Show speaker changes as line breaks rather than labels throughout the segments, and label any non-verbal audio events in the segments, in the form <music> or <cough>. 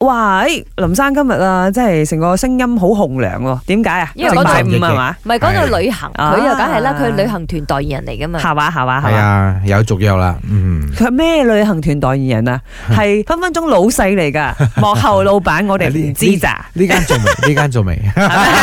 哇！誒林生今日啊，真係成個聲音好洪亮喎。點解啊？
因為
正
嗰
拜五
度
係嘛？
唔係講到旅行，
係
佢就梗係啦
啊，
佢旅行團代言人嚟噶嘛。
係嘛係嘛係
係
嘛？
啊，有續約啦，嗯，
佢係咩旅行團代言人啊？係分分鐘老細嚟㗎，幕後老闆我哋唔知咋。
呢間做
<laughs>
未？呢間做未？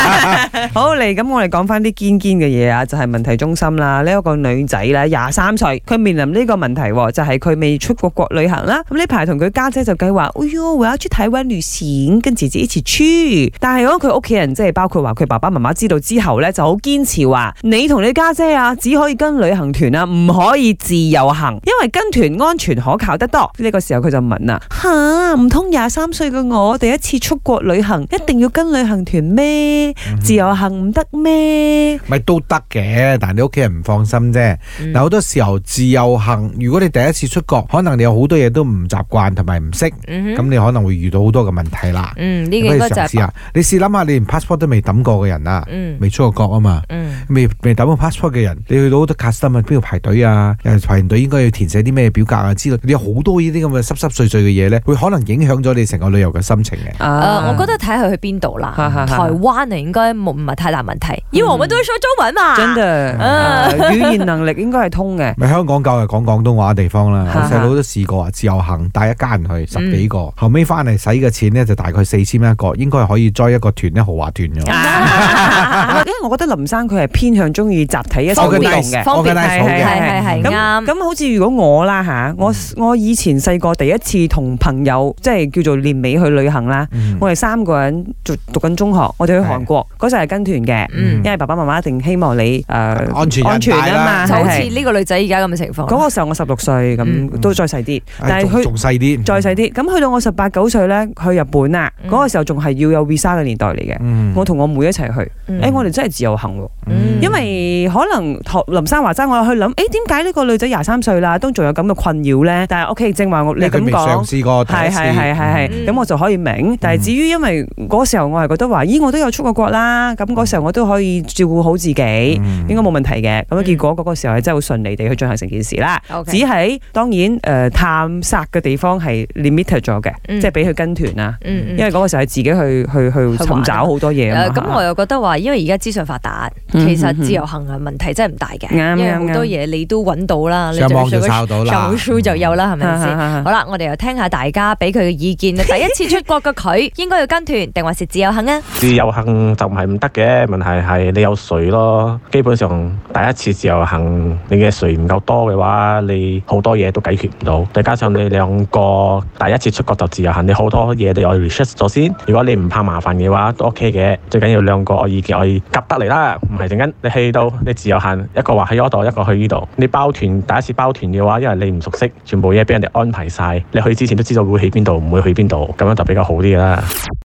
<laughs> 好嚟，咁我哋講翻啲堅堅嘅嘢啊，就係、問題中心啦。呢、一個女仔啦，廿三歲，佢面臨呢個問題喎，就係、佢未出過國旅行啦。咁呢排同佢家姐就計劃，哎呦，我要去台灣旅行，跟姐姐一起去。但係如果佢屋企人即係包括話佢爸爸媽媽知道之後呢，就好堅持話，你同你家姐啊，只可以跟旅行團啊，唔可以自由行，因為跟團安全可靠得多。呢、個時候佢就問啦，吓唔通廿三歲嘅我第一次出國旅行，一定要跟旅行團咩？自由行唔得咩？
咪都得嘅，但係你屋企人唔放心啫。
嗯
嗱，好多時候自由行，如果你第一次出國，可能你有好多嘢都唔習慣同埋唔識，咁
嗯哼
你可能會遇到好多嘅問題啦。
嗯，呢
你
個
不
應
如
該
嘗
就
試
係
下，你試諗下，你連 passport 都未抌過嘅人啊，
嗯
未出過國啊嘛。
嗯
未未抌過 passport 嘅人，你去到好多 custom 啊，邊度排隊啊？誒排完隊應該要填寫啲咩表格啊之類，你有好多呢啲咁嘅濕濕碎碎嘅嘢咧，會可能影響咗你成個旅遊嘅心情嘅。。
誒，
啊
呃我覺得睇下去邊度啦。
哈哈
台
哈
灣啊，應該冇唔係太大問題，因為我們都會說中文嘛。
嗯真的，啊語言能力應該係通嘅
<laughs> 咪香港教育講廣東話嘅地方啦，
哈
我
哈
細佬都試過啊，自由行帶一家人
嗯
去十幾個，後尾翻嚟使嘅錢咧就大概四千蚊一個，應該係可以 join 一個團咧豪華團咗。
<laughs> 啊因為我覺得林生佢係偏向中意集體一齊活動
Organize，
嘅。
方便
organize
係
好
係
嘅。
係係
咁
啱。
咁好似如果我啦吓，我我以前細個第一次同朋友即係叫做年尾去旅行啦，
嗯
我哋三個人讀讀緊中學，我哋去韓國嗰陣係跟團嘅，
嗯
因為爸爸媽媽一定希望你呃誒
安全
安全
人帶啦
啊嘛，
就好似
係係
呢個女仔而家咁嘅情況。
嗰個時候我十六歲咁
嗯
都再細啲，
唉
但係
哎仲
佢
仲細啲，
再細啲，咁去到我十八九歲咧，去日本啊，
嗯
嗰、個時候仲係要有 visa 嘅年代嚟嘅。
嗯。
我同我妹一齊去，誒、
嗯
我哋真係自由行喎，
嗯
因為可能學林生話齋，我去諗，誒點解呢個女仔廿三歲啦，都仲有咁嘅困擾咧？但係 OK，正話我你
因為佢
咁
未
講
嘗。試過第一
係
次，
係係係係，
嗯
咁我就可以明。但係至於因為嗰時候我係覺得話，咦，我都有出過國啦，咁嗰時候我都可以照顧好自己，應
嗯
該冇問題嘅。咁啊
嗯
結果嗰個時候係真係好順利地去進行成件事啦。
OK
只係當然誒、呃探索嘅地方係 limited 咗嘅，
嗯
即係俾佢跟團啊。
嗯嗯
因為嗰個時候係自己去去去
去
尋
玩
找
啊
好多嘢啊
誒
嘛
咁我又覺得話，因為而家資訊發達，
嗯
其
嗯嗯
實自由行嘅問題真係唔大嘅，
啱
因為
啱
好
啱
多嘢你都揾到啦，你
上網
上
就
個
抄到啦，
上 show 就有啦，係咪先？
先
好？啦，我哋又聽下大家俾佢嘅意見啦。第一次出國嘅佢，應該要跟團定還是自由行啊？
自由行就唔係唔得嘅，問題係你有水咯。基本上第一次自由行，你嘅水唔夠多嘅話，你好多嘢都解決唔到。再加上你兩個第一次出國就自由行，你好多嘢都有 research 咗先。如果你唔怕麻煩嘅話，都 OK 嘅。最緊要兩個我意見可以夾得嚟啦，唔係陣間你去到你自由行，一個話喺嗰度，一個去呢度。你包團第一次包團嘅話，因為你唔熟悉，全部嘢俾人哋安排晒。你去之前都知道會去邊度，唔會去邊度，咁樣就比較好啲啦。